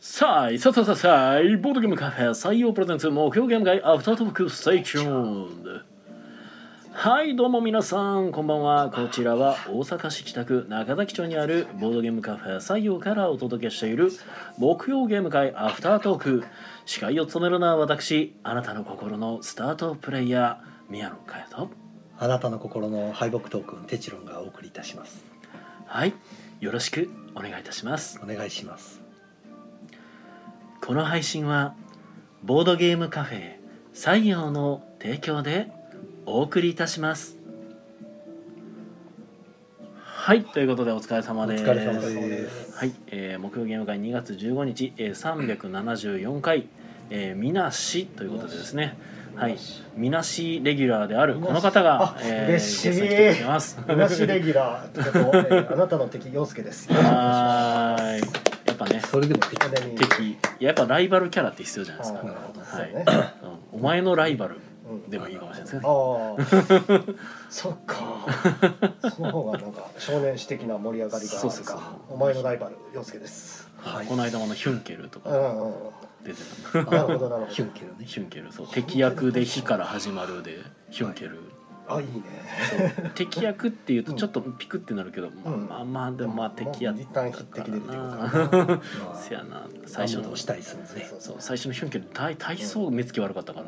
さあ、さあさあさあさあ、ボードゲームカフェ採用プレゼンツ目標ゲーム会アフタートークステイチューンはい、どうも皆さん、こんばんは。こちらは大阪市北区中崎町にあるボードゲームカフェ採用からお届けしている木曜ゲーム会アフタートーク。司会を務めるのは私、あなたの心のスタートプレイヤー、宮野佳代と。あなたの心の敗北トークンテチロンがお送りいたしますはい、よろしくお願いいたします。お願いしますこの配信はボードゲームカフェ採用の提供でお送りいたしますはいということでお疲れ様ですお疲れ様ですはい、えー、木曜ゲーム会2月15日、えー、374回、えー、みなしということでですねはいみなしレギュラーであるこの方があえー嬉しいゲストに来てくれてますなしレギュラーってこと、えーあなたの敵陽介です。はーいやっぱねそれでもできお願いします敵やっぱライバルキャラって必要じゃないですかあーなるほどはいそうねうんお前のライバルうんでもいいかもしれないですね。ああ、そっか。その方がなんか少年史的な盛り上がりがあそうるそうそうか。お前のライバル陽介です。はいこの間もあのヒュンケルとうかんうんうん。出てた。たなるほどなるほどヒュンケルねヒュンケルそう敵役で火から始まるでヒュンケル。あいいね。そう敵役っていうとちょっとピクってなるけど、まあうんまあまあでもまあ敵やっ一た旦か匹敵らで出てくるな。からな。まあ せやな最最初初ののしたいですもんねそうそう最初のヒュンケル体体操目つき悪かったから。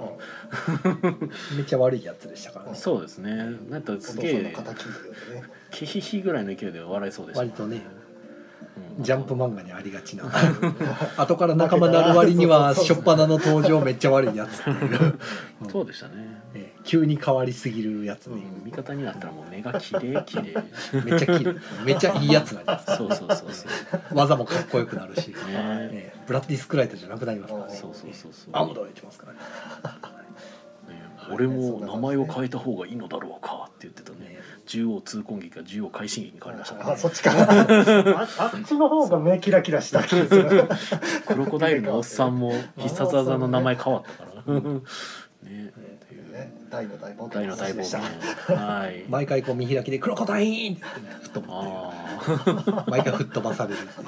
めっちゃ悪いやつでしたからねそうですね。なんかおす父げさんのえ敵というね。キヒヒぐらいの勢いで笑いそうでした。割とねうんジャンプ漫画にありが ちな後から仲間なる割には初っ端の登場めっちゃ悪いやつっ ていう、うんそうでしたね。ね急に変わりすぎるやつね、味方になったらもう目が綺麗綺麗。めっちゃ綺麗めっちゃいいやつなんですそうそうそうそう。技もかっこよくなるし、ねねブラッディスクライトじゃなくなりますからねそうそうそうそう。アムド言ってますからねね俺も名前を変えた方がいいのだろうかって言ってたねね中央痛恨劇が中央快進撃に変わりましたあねそっちか。ああっちの方が目キラキラした気が する。クロコダイルのおっさんも必殺技の名前変わったからねっていうね大の大冒険大の大冒でした険はい毎回こう見開きで「クロコダイン!」って言ってね吹っ飛ぶっていうあ毎回吹っ飛ばされるってい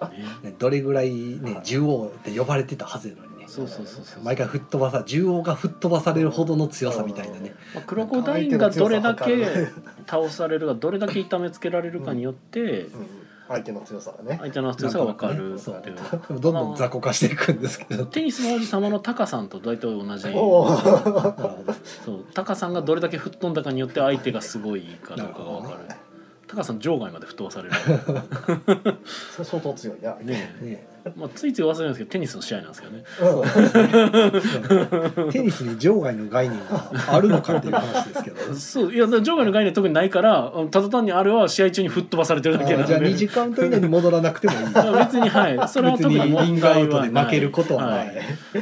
あねう、ね、どれぐらいね獣王って呼ばれてたはずやのにね そうそうそうそう、ま毎回吹っ飛ばさ獣王が吹っ飛ばされるほどの強さみたいなねあ、クロコダイルがどれだけ倒されるかどれだけ痛めつけられるかによってうん相手の強さがね。相手の強さが分かるっていなんとなくねうどんどん雑魚化していくんですけどテニスの王子様のタカさんと大体同じおお。なるほどそうタカさんがどれだけ吹っ飛んだかによって相手がすごいかどうかが分かるタカさん場外まで吹っ飛ばされ るそれ相当強いな。ねねえ、まあ、ついつい忘れるんですけどテニスの試合なんですけどねうん。テニスに場外の概念があるのかっていう話ですけどそういやだから場外の概念特にないからただ単にあれは試合中に吹っ飛ばされてるだけあなーんじゃあで2時間以内に戻らなくてもいいいや別に はいそれは別特ににリ問ングア題ウトはでない負けることはない、い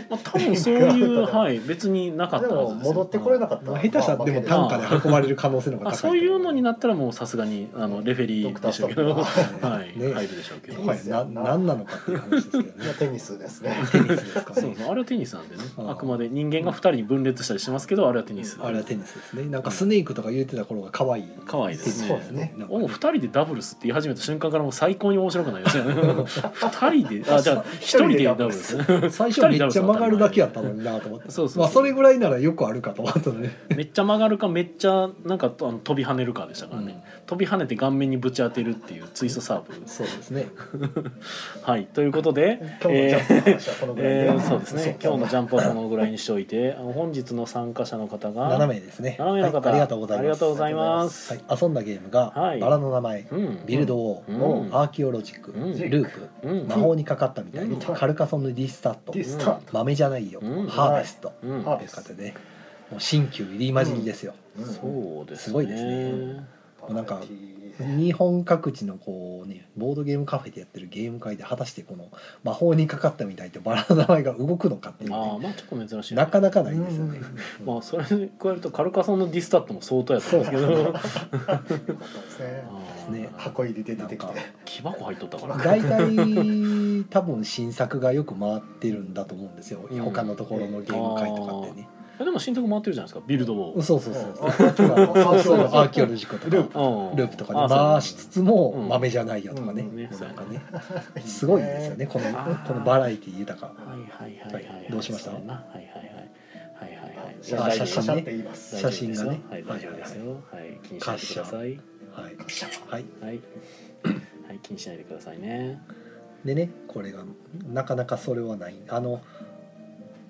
まあ、多分そういうはい別になかっでたはもずですよ戻ってこれなかったまあら下手したらでも単価で運ばれる可能性の方があ高いそういうのになったらもうさすがにあのレフェリーでしょうけど、ドクターストップはい、ね入るでしょうけどもはやな何なのかっていう話ですけどいやね。テニスですね。テニスですかそうね。そうあれはテニスなんでねうんあくまで人間が2人に分裂したりしてますけどあれはテニスあれはテニスですね。なんかスネークとか言ってた頃が可愛い。可愛いですねそうですねなんかおもう2人でダブルスって言い始めた瞬間からもう最高に面白くないですよね2人であじゃあ1人でダブルス最初めっちゃ曲がるだけやったのになと思っ て。そうそうそうまあそれぐらいならよくあるかと思ったのね。めっちゃ曲がるかめっちゃなんかとあの飛び跳ねるかでしたからね、飛び跳ねて顔面にぶち当てるっていうツイストサーブそうですね。はいということで今日のジャンえプの話はこのぐらいでーそうですね今日のジャンャンプはこのぐらいにしておいてあの本日の参加者の方が7名ですね。 7名の方、はいありがとうございます。ありがとうございますはい遊んだゲームがはいバラの名前、うんビルドウォうー、んアーキオロジック、うんループ、うん魔法にかかったみたい、うんカルカソンヌディスタット、ディスタート。豆じゃないよ、うんハーベスト、うんあという方でねもう新旧入り混じりですよ、そうですねすごいですねうんなんか日本各地のこうねボードゲームカフェでやってるゲーム会で果たしてこの魔法にかかったみたいってバラの名前が動くのかっていう、ああね、まあちょっと珍しいねなかなかないですよね、まあそれに加えるとカルカソンのディスタットも相当やったんですけどよかったです ね。あーね箱入りで出てきてなんか。木箱入っとったから大体多分新作がよく回ってるんだと思うんですよ、うん他のところのゲーム会とかってね、えでも新作回ってるじゃないですかビルドも、そうそうそうあそうそうそうそうアーキオロジカとルーかプうんループとかあにそう回しつつもうん豆じゃないよとかね,、うんねなんかねすごいですよねこのあーこのバラエティ豊かはいはいはいはい、はい、どうしましたそうやなはいはいはいはいはいはい写あ大丈夫真で写す写真真ねっては写真がね言いますい大丈夫ですよはい気にしないでくださいはい、はい、はいはい気にしないでくださいねでねこれがなかなかそれはないあの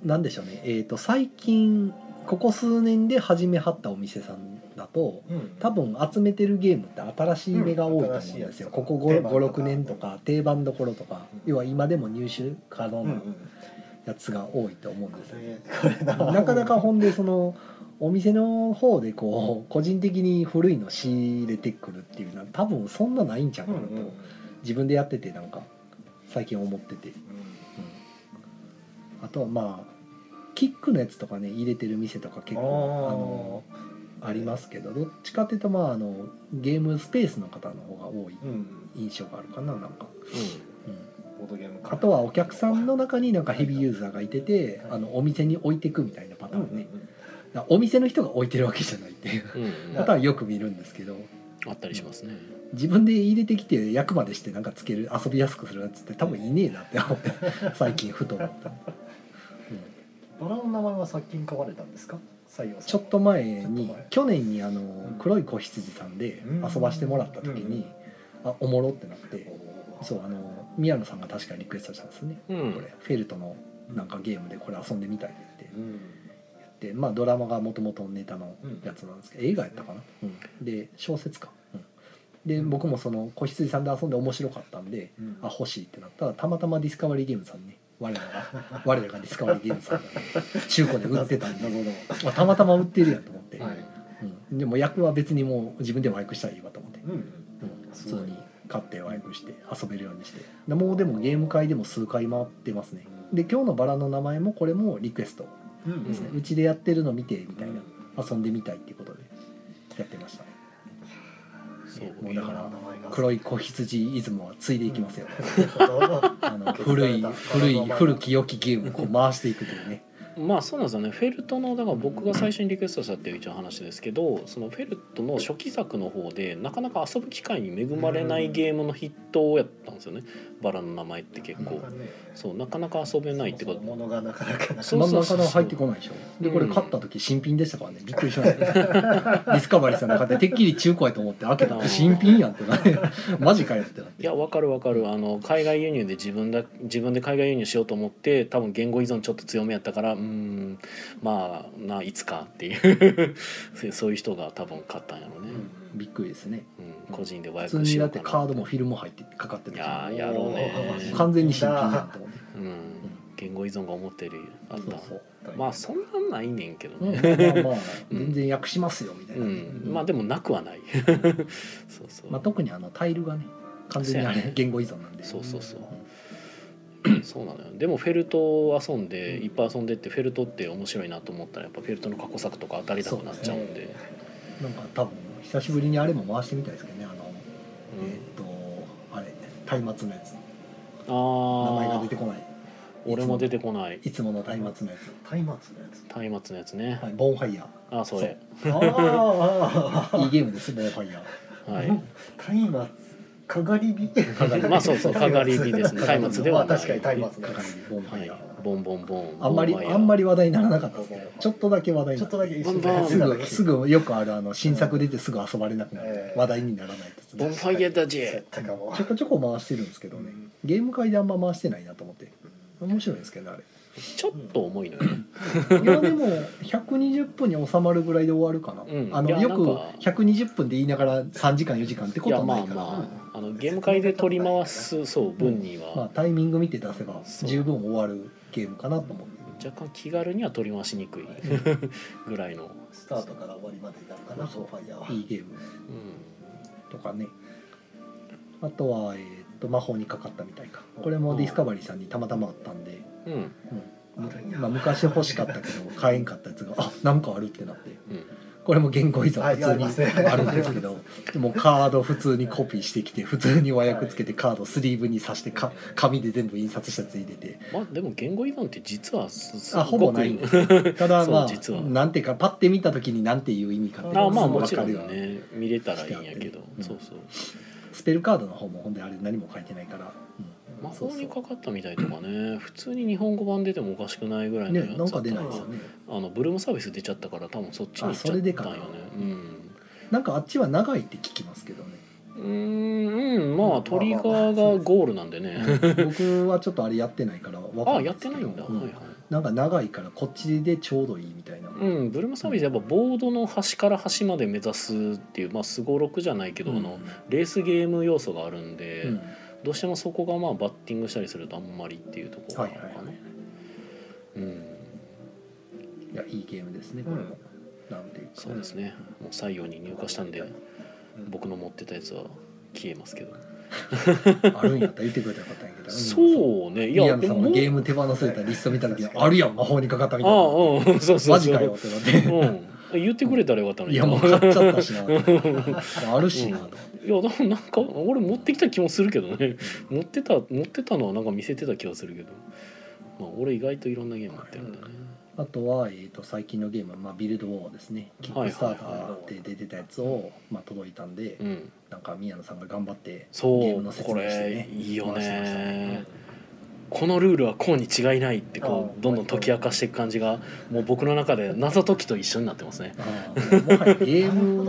なんでしょうねえっ、と最近ここ数年で始めはったお店さんだとうん多分集めてるゲームって新しい目が多いと思うんですよ、うんここ定番とか56年とか定番どころとか、うん要は今でも入手可能うんうなんやつが多いと思うんですよ、でこれなかなかほんでそのお店の方でこう個人的に古いの仕入れてくるっていうのは多分そんなないんちゃううかんなうと、んうん自分でやっててなんか最近思ってて、あとはまあキックのやつとかね入れてる店とか結構あのありますけどどっちかっていうとまああのゲームスペースの方の方が多いうん印象があるかななんか、うん、ボードゲームあとはお客さんの中になんかヘビーユーザーがいててあのお店に置いてくみたいなパタうんーうんンね、だからお店の人が置いてるわけじゃないっていううん、うんパターンよく見るんですけどあったりしますね自分で入れてきて役までしてなんかつける遊びやすくするやつって多分いねえなって思って最近ふと思った、うんバラの名前は殺菌買われたんですか採用さんちょっと前にちょっと前去年にあの黒い子羊さんでうん遊ばしてもらった時にあおもろってなっておーそうあの宮野さんが確かリクエストしたんですねうこんれフェルトのなんかゲームでこれ遊んでみたいって言ってうんでまあドラマがもともとネタのやつなんですけど、映画やったかな、うんで小説か、うんで僕もその子羊さんで遊んで面白かったんでうんあ欲しいってなったらたまたまディスカバリーゲームさんにね我ら が我らがディスカバリーゲームさんがね、中古で売ってたんで、謎のまあ、たまたま売ってるやんと思って、はいうん、でも役は別にもう自分で和訳したらいいわと思って、うんうん、普す通ごいに買って和訳して遊べるようにしてでもうでもゲーム会でも数回回ってますねで今日のバラの名前もこれもリクエストうんですね、ううちでやってるの見てみたいな、遊んでみたいっていうことでやってましたそうもうだからい黒い子羊イズムはついでいきますよ、あの消さ古れいた古い古き良きゲームをこう回していくというねまあそうなんですよねフェルトのだから僕が最初にリクエストしたっていう一応話ですけどそのフェルトの初期作の方でなかなか遊ぶ機会に恵まれないゲームの筆頭やったんですよねバラの名前って結構そうなかなか遊べないってこと物がなかなかなそ真うん中の入ってこないでしょでこれうん買った時新品でしたからねびっくりしましたね ディスカバリーさんの中でてっきり中古やと思って開けたら新品やんって なマジかよってなっいてやわかるわかるあの海外輸入で自分だ自分で海外輸入しようと思って多分言語依存ちょっと強めやったからうーんまあないつかっていう そうそういう人が多分買ったんやろうね、びっくりですねうん、個人で和普通訳しによだうってかなカードもフィルも入ってかかってるしいやろうね完全に新品やんと思ってうん、言語依存が思ってるあっそうたそうまあそんなんないねんけどうんまね、あまあまあ全然訳しますよみたいうなね、んまあでもなくはない そうそう、まあ、特にあのタイルがね完全にあそうやねれ言語依存なんでそうそうそうそうなのよでもフェルトを遊んでいっぱい遊んでってフェルトって面白いなと思ったらやっぱフェルトの過去作とか当たりたくなっちゃうんでなんか多分久しぶりにあれも回してみたいですけどねあの、うえーっ、とあれ松明のやつん、名前があ出てこないあ俺も出てこないいつもの松明のや松明のやつ松明のやつねつ、はい、ボンファイヤあそれあーいいゲームですボンファイヤはういん松明かがり火まあそうそうかがり火ですね松明ではないまあ確かに松ー明かかりボンフはァイいヤー、ボンボンボンあんまりボンバイヤーあんまり話題にならなかったですけどちょっとだけ話題にちょなっとだけ一瞬ボンボンすぐすぐよくあるあの新作出てすぐ遊ばれなくなるええ話題にならないですボンファイヤーだぜたかもちょこちょこ回してるんですけどねうんゲーム会であんま回してないなと思って面白いんですけどねあれちょっと重いのよねいやでも120分に収まるぐらいで終わるかな、うんあいやのよくなんか120分で言いながら3時間4時間っていことやはなまいあからまあまああのゲーム会で取り回すそう分には、タイミング見て出せばそう十分終わるゲームかなと思って若干気軽には取り回しにくいぐらいの、スタートから終わりまでになるかなボンファイヤーはいいゲームうとかねあとは、えー、と魔法にかかったみたいかこれもディスカバリーさんにたまたまあったんで、んうん うんまあ、昔欲しかったけど買えんかったやつがあなんかあるってなってうん、これも言語依存はい普通ありますねにあるんですけどでもカード普通にコピーしてきて普通に和訳つけてカードスリーブに刺してか紙で全部印刷したやつ入れてまあでも言語依存って実はすすあほぼないんごでくすねただそうま実はあなんていうかパッて見た時になんていう意味かっていうあのまあがも分ちかろんるようなね見れたらいいんやけど、うんそうそうスペルカードの方もほんであれ何も書いてないから、魔法にかかったみたいとかね普通に日本語版出てもおかしくないぐらういん、のねやつだったなんか出ないですよねあのブルームサービス出ちゃったから多分そっちに行っちゃあそれでっかたなんよねうんなんかあっちは長いって聞きますけ どねうーん、うん、まあトリガーがゴールなんでね。僕はちょっとあれやってないから分かんあ、ないやっですてけなどいんだ。うはいはい。なんか長いからこっちでちょうどいいみたいな、うん、ブルームサービスやっぱボードの端から端まで目指すっていうまあスゴロクじゃないけど、あのレースゲーム要素があるんで、うんどうしてもそこがまあバッティングしたりするとあんまりっていうところなのかね。はいはいはいうん、いやいいゲームですねこれも、なんていうかそうですね。もう採用に入荷したんで、僕の持ってたやつは消えますけど。あるんやったら言ってくれたらよかったんやけどそうね。い宮や、野でさもんのゲーム手放されたリスト見た時にあるやん魔法にかかったみたいなああ、うん、そうそうそう。マジかよってなってうん、言ってくれたらよかったのに いやもう買っちゃったしな あるしなといやでもなんか俺持ってきた気もするけどね持ってた持ってたのはなんか見せてた気がするけど、まあ、俺意外といろんなゲーム持ってるんだねあとは、えー、と最近のゲーム、まあ、ビルドウォーですねキックスターターで出てたやつを、まあ、届いたんで、うんなんか宮野さんが頑張ってそうゲームの説こ明してれねいいよ回してましたねこのルールはこうに違いないってこあうあどんどん解き明かしていく感じがもう僕の中 で謎解きと一緒になってますね、あーもうもはやゲーム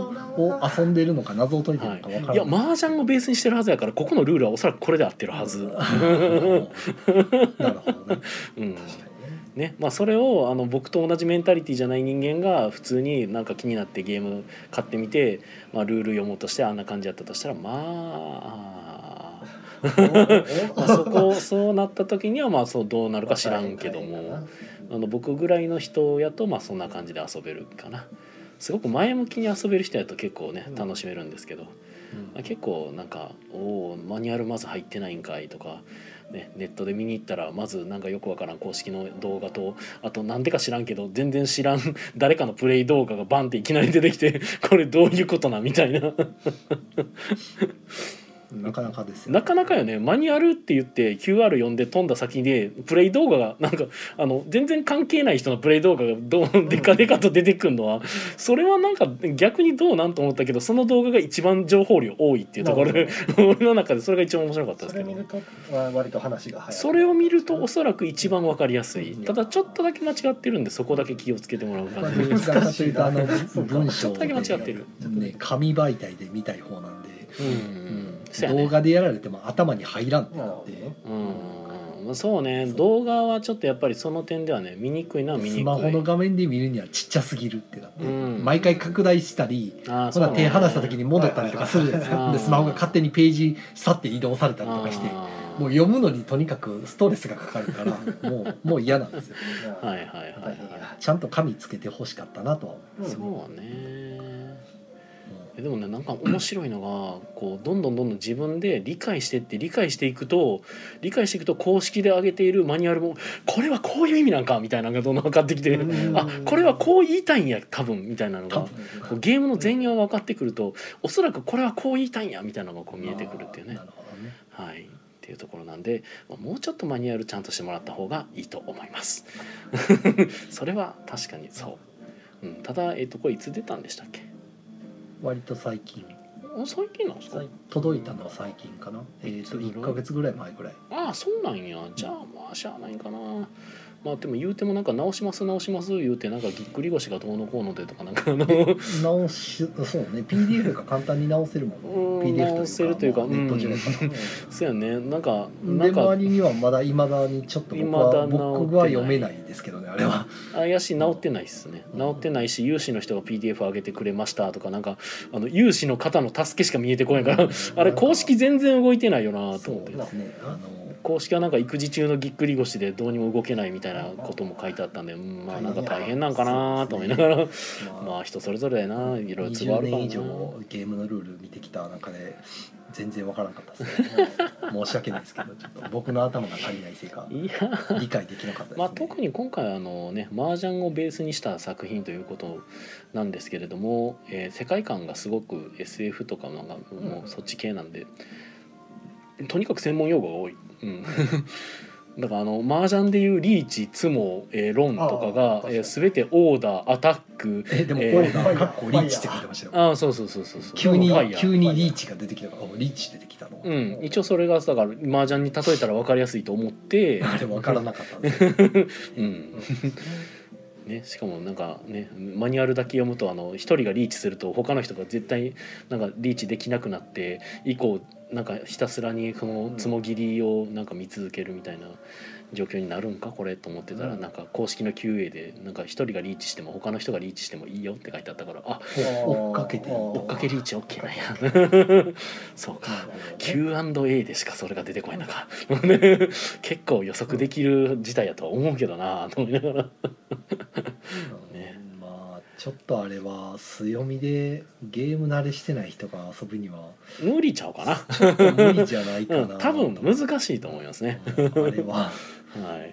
を遊んでるのか謎を解いてるはのか分からないい、いや麻雀をベースにしてるはずやからここのルールはおそらくこれで合ってるはず、なるほ どねうん、確かにねねまあ、それをあの僕と同じメンタリティじゃない人間が普通になんか気になってゲーム買ってみて、まあ、ルール読もうとしてあんな感じだったとしたらまあ まあそこそうなった時にはまあそうどうなるか知らんけどもあの僕ぐらいの人やとまあそんな感じで遊べるかなすごく前向きに遊べる人やと結構ねうん楽しめるんですけど、うんまあ結構なんか「おおマニュアルまず入ってないんかい」とか、ね、ネットで見に行ったらまずなんかよくわからん公式の動画とあとなんでか知らんけど全然知らん 誰かのプレイ動画がバンっていきなり出てきて これどういうことなみたいな なかなかですよなかなかよねマニュアルって言って QR 読んで飛んだ先でプレイ動画がなんかあの全然関係ない人のプレイ動画がどうでかでかと出てくるのはそれはなんか逆にどうなんと思ったけどその動画が一番情報量多いっていうところで俺の中でそれが一番面白かったでそすけれど見。るとわ割と話が早いそれを見るとおそらく一番わかりやすいうんただちょっとだけ間違ってるんでそこだけ気をつけてもらうまあ感どじっちかというとあのそうか文章ちょっとだけ間違ってるね紙媒体で見たい方なんで、うんそうやね動画でやられても頭に入らんってななるっほどて、ねうんそうね動画はちょっとやっぱりその点ではね見にくいのは見にくいスマホの画面で見るにはちっちゃすぎるってなって、うん毎回拡大したりあーほそうらね手離した時に戻ったりとかするじゃないですはいかはいではいスマホが勝手にページ去って移動されたりとかしてあーもう読むのにとにかくストレスがかかるからもうもう嫌なんですよはいはいはいはいちゃんと紙つけてほしかったなとは思うんそうねうえでもねなんか面白いのがこうどんどんどんどん自分で理解してって理解していくと理解していくと公式で上げているマニュアルもこれはこういう意味なんかみたいなのがどんどん分かってきてうんあこれはこう言いたいんや多分みたいなの多が分こうゲームの全容が分かってくるとおそらくこれはこう言いたいんやみたいなのがこう見えてくるっていうねな。るほどねはいっていうところなんでまあもうちょっとマニュアルちゃんとしてもらった方がいいと思います。 それは確かにそう。うん、ただえっ、とこれいつ出たんでしたっけ？割と最近あ最近なんですか？届いたのは最近かな、えー、と1か月ぐらい前ぐらいああそうなんやじゃあまあしゃあないんかなまあでも言うてもなんか直します直します言うてなんかぎっくり腰がどうのこうのでとかなんかあの直しそうね PDF が簡単に直せるもんうんね PDF 直せるというかまあネット上やから、そうやねなんかなでんか周りにはまだいまだにちょっと僕は未だ直ってない僕は読めないですけどねあれは怪しい治ってないっすね治ってないし有志の人が PDF 上げてくれましたとかなんかあの有志の方の助けしか見えてこないから あれ公式全然動いてないよなとそう思ってですねあの公式はなんか育児中のぎっくり腰でどうにも動けないみたたいなことも書いてあったんで、うん、まあなんか大変なんかなと思いながら、まあまあ人それぞれやないろいろ都合あ20るから年以な上ゲームのルール見てきた中で全然わからんかったですね申し訳ないですけどちょっと僕の頭が足りないせいか いや理解できなかったです、ねまあ、特に今回はあのね麻雀をベースにした作品ということなんですけれども、えー世界観がすごく SF とかなんかもうそっち系なんで、とにかく専門用語が多い、うん、だからあの麻雀でいうリーチツモ、えーロンとかあがー確、かにえー、全てオーダーアタックえでもえーこれがかっこリーチって書いてましたよああそうそうそうそうそう急にファイヤー急にリーチが出てきたからあリーチ出てきたの、うん、一応それがだから麻雀に例えたら分かりやすいと思って、あれわから なかったんで すようん、ね、しかもなんかねマニュアルだけ読むとあの一人がリーチすると他の人が絶対なんかリーチできなくなって以降なんかひたすらにこのつもぎりをなんか見続けるみたいな状況になるんかこれと思ってたらうんなんか公式の QA でなんか一人がリーチしても他の人がリーチしてもいいよって書いてあったからあ追っかけて追っかけリーチ OK なんや そうか。急 Q&A でしかそれが出てこないのか 結構予測できる事態やとは思うけどなと思いながらねうんまあちょっとあれは強みでゲーム慣れしてない人が遊ぶ には無理ちゃうかなちょっと無理じゃないかな、うん、多分難しいと思いますね。うんあれ ははい。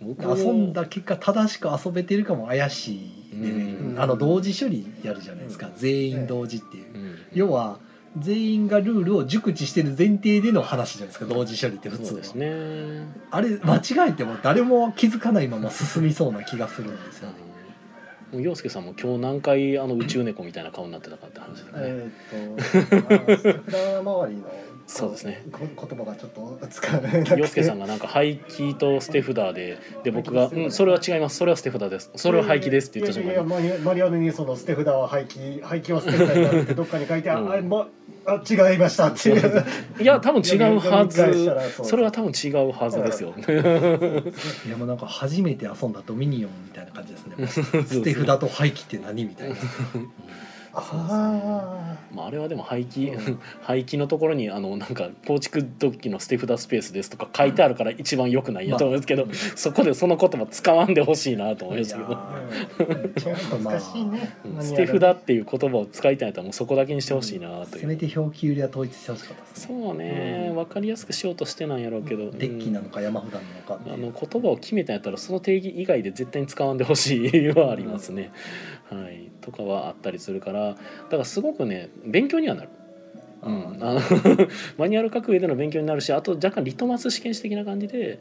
僕も遊んだ結果正しく遊べてるかも怪しいレベル、うんあの同時処理やるじゃないですか、うん全員同時っていう、うん、要は全員がルールを熟知してる前提での話じゃないですか同時処理って普通そうは、ですね。うんあれ間違えても誰も気づかないまま進みそうな気がするんですよね、もう洋介さんも今日何回あの宇宙猫みたいな顔になってたかって話だよね。えーっとまあ桜周りのそうですねこ言葉がちょっと使えなくて洋介さんがなんか廃棄と捨て札でで僕が「うんそれは違いますそれは捨て札ですそれは廃棄です」って言ったい瞬やいや間いにやマニュマニュアルにその捨て札は廃棄廃棄は捨て札になるってどっかに書いて、うんああ,、ま、あ違いましたっていうそう「いや多分違うは読み返したらずそうそれは多分違うはずですよ」いやもうなんか初めて遊んだドミニオンみたいな感じです ねそ捨うて札と廃棄って何み たいなあまあ、あれはでも廃棄、う 廃棄のところにあのなんか構築土器の捨て札スペースですとか書いてあるから一番良くないやと思うんですけど、まあそこでその言葉使わんでほしいなと思いましたけいやどーあうんちょっと難しいね、うんマ捨ニュアてル札っていう言葉を使いたいんやったらもうそこだけにしてほしいなといせう、めて表記売りは統一してほしかったですねそうね分かりやすくしようとしてなんやろうけど、デッキなのか山札なのかってあいうの言葉を決めたんやったらその定義以外で絶対に使わんでほしいはありますね、はい、とかはあったりするからだからすごくね勉強にはなる。うん、あの マニュアル書く上での勉強になるしあと若干リトマス試験紙的な感じで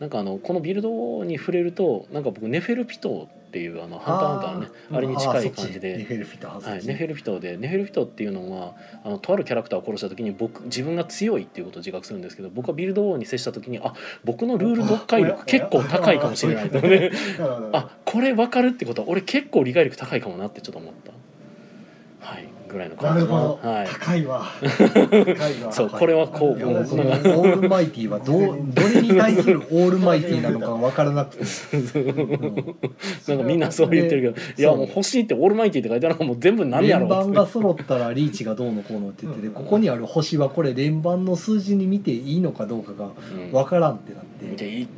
なんかあのこのビルドに触れるとなんか僕ネフェルピトーっていうあのハンターハンターのねあれに近い感じあーそっちネで。フェルフィタハズはい、ネフェルピトーでネフェルピトーっていうのはあのとあるキャラクターを殺した時に僕自分が強いっていうことを自覚するんですけど僕はビルド王に接した時にあ僕のルール読解力結構高いかもしれないとねなるほど あこれ分かるってことは俺結構理解力高いかもなってちょっと思ったはいぐらいのな感るじほど、はい高 いわ高いわそうこれはこういやもうこのうオんールマイティはど うどれに対するオールマイティなのか分からなくて、うんなんかみんなそう言ってるけど、いやそうもう星ってオールマイティって書いてあるからもう全部 何やろ連うっつ番が揃ったらリーチがどうのこうのって言っててうんここにある星はこれ連番の数字に見ていいのかどうかがって分からんってなっうん見てていい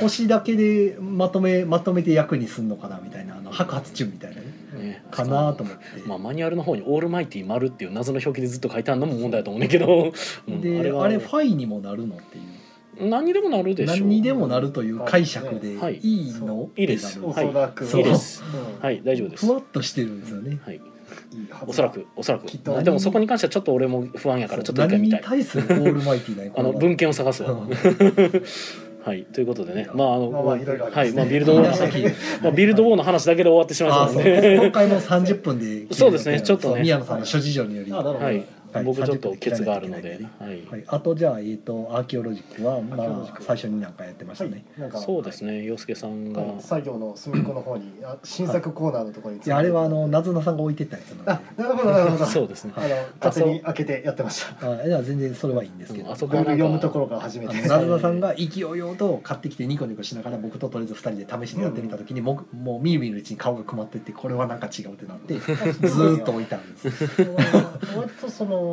星だけでまとめまとめて役にすんのかなみたいなあの白髪中みたいなねねかなと思って。まあマニュアルの方にオールマイティ丸っていう謎の表記でずっと書いてあるのも問題だと思うねんだけど、 うんであれはファイにもなるのっていう何にでもなるでしょう。何にでもなるという解釈ではいいいのいいですおっはていそらくそういいですうんはい大丈夫ですふ。わっとしてるんですよねはい。いいはずだおそらくおそらくきっと。でもそこに関してはちょっと俺も不安やからちょっと一回何見たにい。対するオールマイテ ィーなあの文献を探すわ。 はいということでね、まああのまあまあいろいろありまはすいねまあビル ドウォさっーきル、まあビルドウォーの話だけで終わってしまいまあしそたうね。今回も30分でそうですねちょっとねそう宮野さんの諸事情によりあなるほどはいは。い僕ちょっとケツがあるの30分切らないといけでないんでね、はい。はいあとじゃあえっとアーキオロジックはアーキオロまジッあク最初になんかやってましたねはいなんかそうですね、洋介さんが、はい作業の隅っこの方にあ新作コーナーのところにいやあれはあのなずなさんが置いてったやつなんであなるほどなるほどそうですね。あの勝手に開けてやってましたあいや全然それはいいんですけうんどあそこルはールなん読むとかころから始めあてのなずなさんが勢いよと買ってきてニコニコしながら僕ととりあえず2人で試しにやってみた時にもうもうみるみるうちに顔が曇ってってこれはなんか違うってなってずーっと置いたんです割とその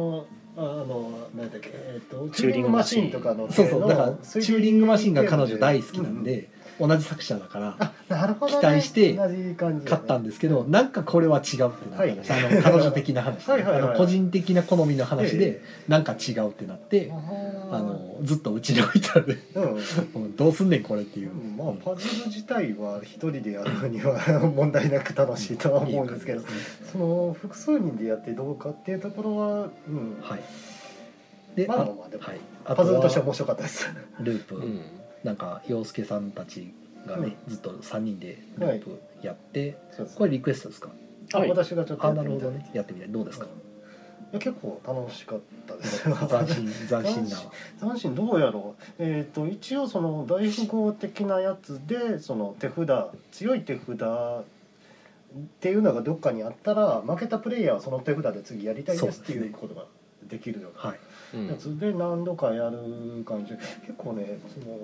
あのなんだっけえっとチューリングマシンチューリングマシンとかのそうそうだからチューリングマシンが彼女大好きなんで、同じ作者だからなるほど、ね、期待して同じ感じだね買ったんですけど、なんかこれは違うってなったんです、はいあの彼女的な話、はいはいはいあの個人的な好みの話で、えなんか違うってなって、あーあのずっとうちに置いてあ るうんうんどうすんねんこれっていう、うんまあパズル自体は一人でやるには問題なく楽しいとは思うんですけどいい感じですねその複数人でやってどうかっていうところは、うんはいで、まああまあでもはい、パズルとしてはあ面白かったです。とはループ、うんなんか洋介さんたちがね、ずっと3人でループやって、そうですこれリクエストですかあはい私がちょっとあやっなてるほみたどいねやってみたいどうですかいや結構楽しかった です。 斬新斬新な斬新どうやろう、えー、と一応その大富豪的なやつでその手札強い手札っていうのがどっかにあったら負けたプレイヤーはその手札で次やりたいですってそうですいねうことができるようなはいうんやつで何度かやる感じ結構ねその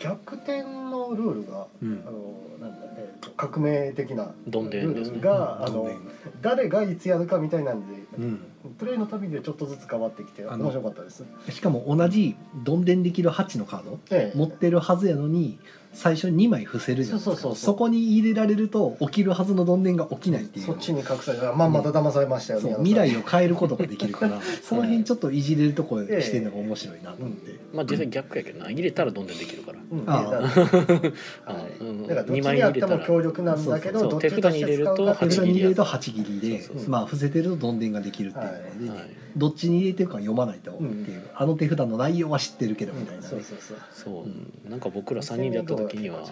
逆転のルールがうあんのなんだ、えーと革命的などんルでんですールねが、あごのめん誰がいつやるかみたいなんでうんプレイのたびでちょっとずつ変わってきてあの面白かったです。しかも同じどんでんできる8のカードええ持ってるはずやのに最初に2枚伏せるじゃないですそうそうそうかそうそこに入れられると起きるはずのどんでんが起きないっていうそっちに隠されたまんまだ騙されましたよ、そう未宮野さ来んを変えることができる からその辺ちょっといじれるとこしてるのが面白いなと思って、まあ実際逆やけどな入れたらどんでんできるからうんああ だからはいうんだからどっちにあっても強力なんだけそどうどそうっちとして使うかって手手いう札札にに入入れれるるとと8切りでそうそうそうまあ伏せてるとどんでんができるっていうので、はいどっちに入れてるか読まないとっていう、あの手札の内容は知ってるけどうみんたいなね、そうそうそうそううなんか僕ら3人でやった時には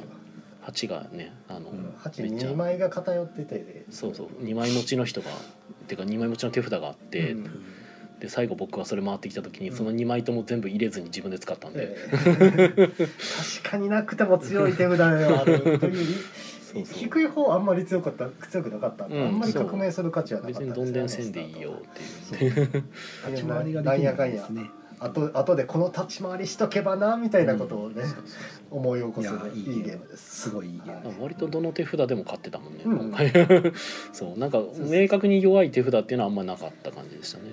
8がねあのうん八めっちゃ二枚が偏っててそうそう2枚持ちの人がっていうか2枚持ちの手札があってうんで最後僕がそれ回ってきた時にうんその2枚とも全部入れずに自分で使ったんでええ確かになくても強い手札ではあるというそうそう低い方あんまり強かった強くなかったんで、うんあんまり革命する価値はなかった別にどんでんせんでいいよっていう立ち回りができないですねあとあとでこの立ち回りしとけばなみたいなことをね、思い起こすいやいいゲームいいゲームですすごいいいゲームまあ割とどの手札でも買ってたもんね、うん今回 そうなんか明確に弱い手札っていうのはあんまなかった感じでしたね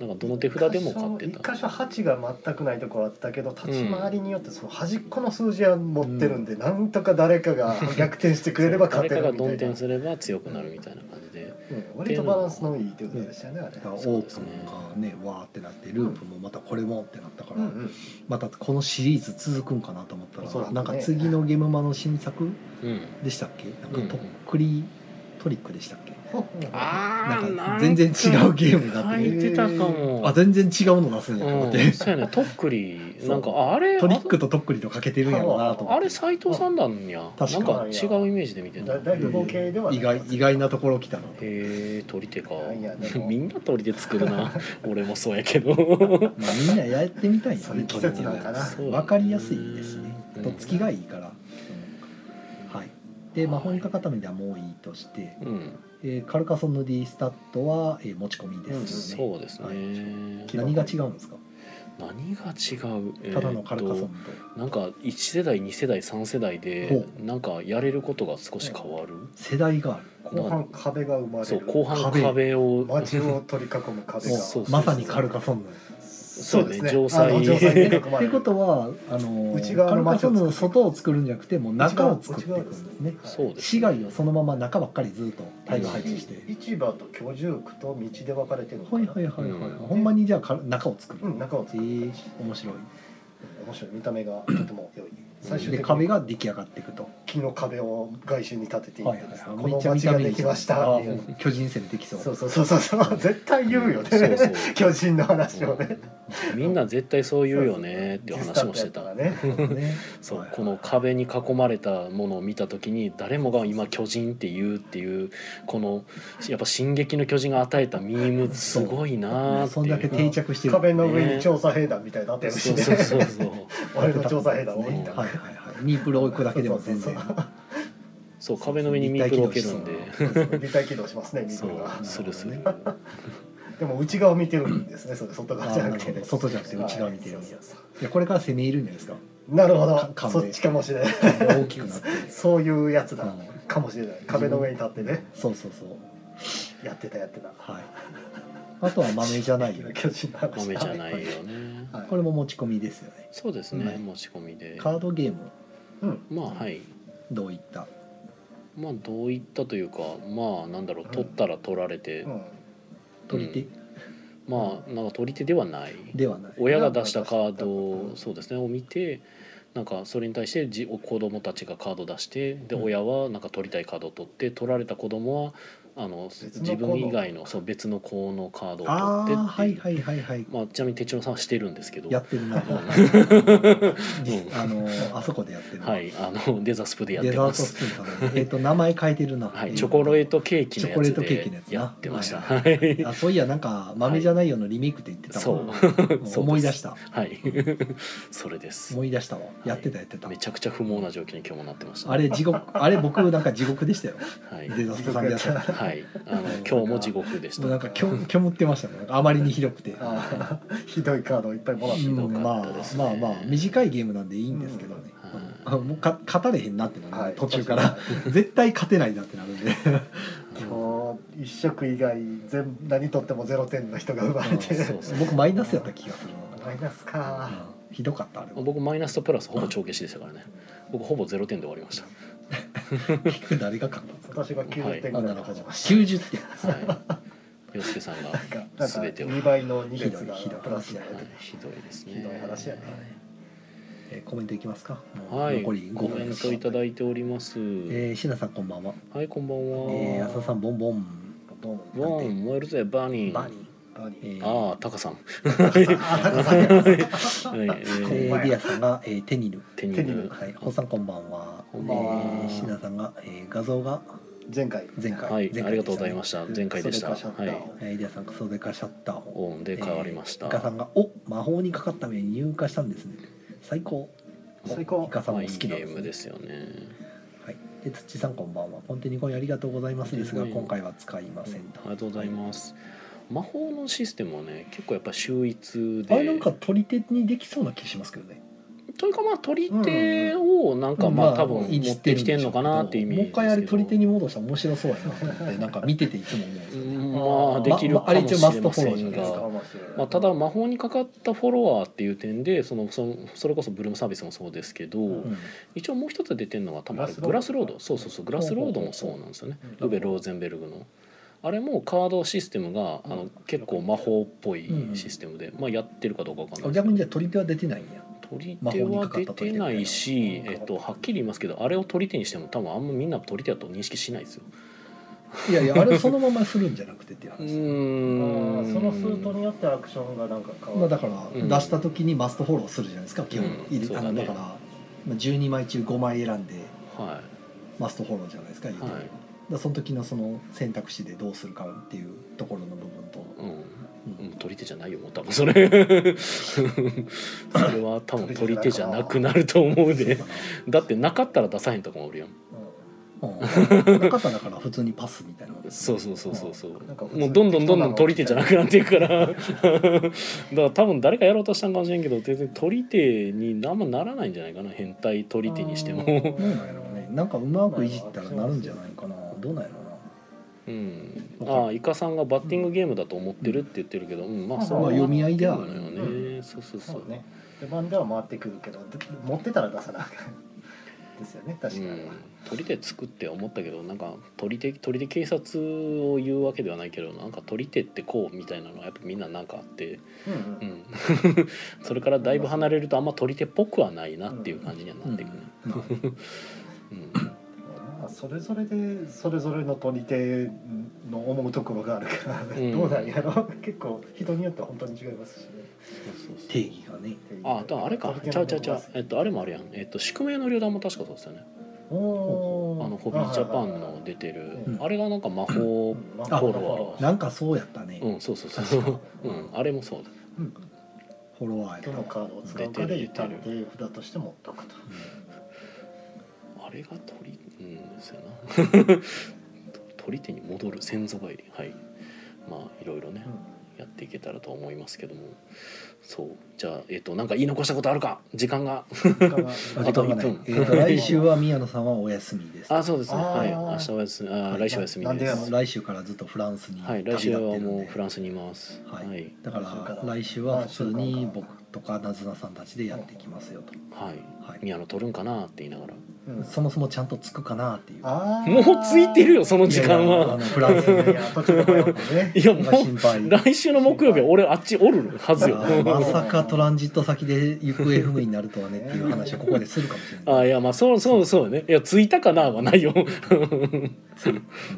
なんかどの手札でも買って一た箇所8が全くないところあったけど立ち回りによってその端っこの数字は持ってるんで、なんとか誰かが逆転してくれれば勝て誰るかがみたどんいてな、うんんすれば強くなるみたいな感じで割とバランスのいいということでしたよねあれだからオそうーですプねンがねわーってなってループもまたこれもってなったかうら、んうんまたこのシリーズ続くんかなと思ったら、そうだねなんか次のゲームマの新作うんでしたっけなうんんかとっくりトリックでしたっけ、あーなんか全然違うゲームだって入ってたかもあ全然違うの出すんやと思って、うん、そうやねとっくりそうなんかああれトリックととっくりとかけてるんやろうなあと思っあれて斎藤さんなんや確なんかか違うイメージで見てただだいぶ合計では意外意外なところ来たなと、へえ取り手かいやでも みんな取り手作る な俺もそうやけどまあ、みんなやってみたいよそういう季節なんかなそう分かりやすいですねうんとっつきがいいから、はいで魔法にかかったのではもういいとして、うんえーカルカソンの D スタットは、えー持ち込みですよね、そうですね、はいそう何が違うんですか何が違う、えーただのカルカソンと、となんか1世代2世代3世代でほなんかやれることが少し変わる、世代がある後半壁が生まれるそう後半壁壁を街を取り囲む壁そがうそうそうまさにカルカソンのそうですねそうねあの城塞城塞ににえ囲 っまれてることはあの内側カのルカ街ソを作るンの外を作るんじゃなくてもう中を作っていくんですねそうです市街をそのまま中ばっかりずっと大量配置して、市場と居住区と道で分かれてるのかはいなはいはいはい、うんほんまにじゃあか中を作る、うん中をえ作るー、面白い面白い見た目がとても良い最終で的壁にが出来上がっていくと、木の壁を外周に立てていっはいてですねはいはい、この街ができましたあっていうー巨人戦できそうそうそうそうそうそう絶対言うよね、そうそう巨人の話をね、みんな絶対そう言うよねっていう話もしてたディスタンスやったらねねそうはいこの壁に囲まれたものを見た時に誰もが今巨人って言うっていうこのやっぱ「進撃の巨人」が与えたミームすごいなーってそんだけいう。定着してる壁の上に調査兵団みたいになってるしそうねそうそうそう 俺の調査兵団多いねんだ、はいはいはいミープル置くだけでも全然そう そう壁の上にミープル置けるんでそうそう立体起動しますねミーそプがうするするでも内側見てるんですねそれ外あ側じゃーななくるてほど外じゃなくて内側見てるんはいやそうそうそいやこれから攻め入るんじゃないですかうなるかほど壁そっちかもしれない大きくなってそういうやつだ、うんかもしれない壁の上に立ってねそうそうそうやってたやってたはいあとは豆じゃないよ巨人の話豆じゃないはよねはいこれも持ち込みですよねそうですね持ち込みでカードゲームうんまあはいどういったまあどういったというかまあなんだろう取ったら取られて、うん取り手まあなんか取り手ではないではない、親が出したカードうをんそうですねを見てなんかそれに対してじ子供たちがカード出してでうん親はなんか取りたいカードを取って取られた子供はあの別の子の自分以外のそう別の子のカードを取あってっていうあはいはいはいはいまあ、ちなみに哲郎さんはしてるんですけどやってるな うんあのあそこでやってる、はい、あのデザスプでやっデてザーまトすス。プーンさんのえっ、と名前変えてるな、はい、チョコレートケーキのやチョつコレートケーキのでやつなやってました。ははい、あそういやなんか豆じゃないよのリメイクって言ってたそわ、う うんそう思い出したはい、 それです。思い出したわやってたやってた、めちゃくちゃ不毛な状況に今日もなってました。あれ 地獄あれ僕なんか地獄でしたよはい、デザストさんでやったらはい、あの今日も地獄でしもた。うなんかきょ虚無ってましたねなんかあまりにひどくて、あーひどいカードをいっぱいもらってうるんのひどかまあったですねまあまあ短いゲームなんでいいんですけどね、うんうんもうか勝たれへんなってなる、はい途中から絶対勝てないなってなる んで今日一色以外全部何取ってもゼロ点の人が奪われてうんそうそう僕マイナスやった気がするマイナスな、かうんひどかったあれは僕マイナスとプラスほぼ帳消しでしたからね。僕ほぼゼロ点で終わりまし僕誰が勝った んですか私が90点あぐらないるほのど感じました90点た。はい。洋介さんがなんかなんか全てを2倍の2列がひどいひどいプラスでひはいひどいですね。ひどい話やねえーコメントいきますかもうはい、コ残り5分メントいただいております。えー、しなさんこんばんは、はい、こんばんえは。ー、浅田さんボンボンどうもワン燃えるぜバニー。バニー、バニーえーああタカさん。 あタカさんやはい、ええーーディアさんが、えー、テニル手に手に入入れるはい、ホさんこんばんは。こんばんはえーシナさんが、えー画像が前回前回。はい、前回でしたねありがとうございました。前回でした。はそれからシャッターをい、えー、リアさん、クソデカシャッターを。オンで変わりましえた。ーイカさんが、お、魔法にかかった目に入荷したんですね。最高。最高イカさんもまあ好いいきゲなんームですよね。はい。で、土さん、こんばんは。コンテニコインありがとうございますですが、コンテニコイン今回は使いませんとあ。りがとうございます。魔法のシステムはね、結構やっぱ秀逸あで。れなんか取り手にできそうな気しますけどね。というかまあ取り手をなんかまあ多分持ってきてんのかなっていう意味もう一回あれ取り手にに戻したら面白そうやなと思って、なんか見てていつも思うんですけど。まあできるかもしれまああれ一応マストまフォせローじゃんないですがか。まあ、ただ魔法にかかったフォロワーっていう点でそのそのそれこそブルームサービスもそうですけど、うん一応もう一つ出てるのが多分あれググララススロローードドそうそうそうグラスロードもそうなんですよねうルんベ・ローゼンベルグのあれもカードシステムがあうのん結構魔法っぽいシステムで、まあ、やってるかどうかわかんないあです逆けどにじゃあ取り手は出てないんや。取り手は出てないし、魔法にかかったと言ってるえっと、はっきり言いますけどあれを取り手にしても多分あんまみんな取り手だと認識しないですよいやいやあれをそのままするんじゃなくてっていうう話、ーんそのスートによってアクションがなんか変まわあ、るだからうん出した時にマストフォローするじゃないですか基本、うんいるそうあだねのだからまあ12枚中5枚選んではマストフォローじゃないですか言ういてもはいだからその時のその選択肢でどうするかっていうところの部分と、うんうんもう取り手じゃないよもう多分それ それは多分取り手じゃなくなると思うでだってなかったら出さへんとかもおるやんうん、なかったらだから普通にパスみたいなそうそうそうそうそうなんか普通にもうどんどんどんどん取り手じゃなくなっていくから だから多分誰かやろうとしたんかもしれんけど全然取り手にあんまならないんじゃないかな変態取り手にしてもどうなんやろうねなんかうまくいじったらなるんじゃないかなどうなんやろうな うんああイカさんがバッティングゲームだと思ってるって言ってるけど、うんまあそうまなっあて読み合いだるのよねそうそうそそううね出番では回ってくるけどで持ってたら出さなあかん ですよね確うかに、ん、取り手作って思ったけどなんか取り手取り手警察を言うわけではないけどなんか取り手ってこうみたいなのはやっぱみんななんかあって、うんううんん、 それからだいぶ離れるとあんま取り手っぽくはないなっていう感じにはなっていくね。うんまあ、それぞれでそれぞれの取り手の思うところがあるから、んどうなんやろ 結構人によって本当に違いますしねそうそうそう定義がねああとあれかちゃうちゃうちゃう、ええっと、あれもあるやん、えっと、宿命の旅団も確かそうですよねあおーのホビージャパンの出てる、うんあれがなんか魔法あフォロワーなんかそうやったね、うんそうそうそう、うん、あれもそうだうんフォロワーやったどのカードを使うかで一旦手札として持っとくとあれが鳥うんそうやな 鳥手に戻る先祖返りはいまあいろいろね、やっていけたらと思いますけどもそうじゃあえっ、となんか言い残したことあるか時間がああ時と間1がない分えーと来週は宮野さんはお休みです。あそうですねあーはい明日は休みあー来週は休みでなあんのすで来週からずっとフランスにはい来週は旅立ってるんもうでフランスにいますははいいはい、だから来週は普通に僕とかなずなさんたちでやっていきますよと。はい。宮野取るんかなって言いながらうんそもそもちゃんとつくかなっていうあーもうついてるよその時間いやいやあはのフランスいやいがや途中で迷った ねいやもう心 配来週の木曜日は俺あっちおるはずよあーまさかトランジット先で行方不明になるとはねっていう話をここでするかもしれ あないいやまあそうそうそうよねいや着いたかなはないよ つ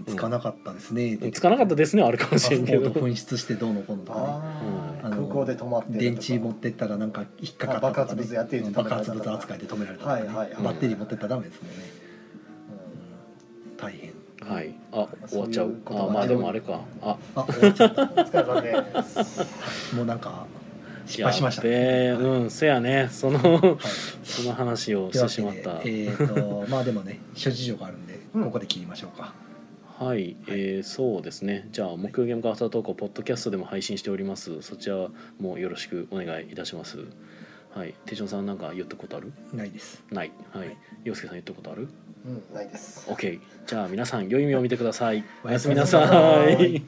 つかなかったですね着かなかったですねはあるかもパしスれポんけーどト紛失してどうのこうのとかねあーあの空港で止まってるとか電池持ってったらなんか引っかかったとあ爆か発ね物やってるうん爆発物扱いで止められたとかねはいはいはいバッテリー持ってったらダメですもんねうんうん大変はいあ終わっちゃうあまあでもあれかああ終わっちゃっお疲れ様です。たもうなんか失敗しましたやっべねえうんせやねそのはいその話をといしてうわしけまっでたえーとまあでもね諸事情があるんでうんここで切りましょうかはい、えーそうですねじゃあ木曜ゲームカフェアフタートークをポッドキャストでも配信しておりますそちらもよろしくお願いいたしますはい手順さんなんか言ったことあるないですないはい洋介さん言ったことあるうん、ないです。 OK じゃあ皆さん良い夢を見てくださいおやすみなおやすみさなさいい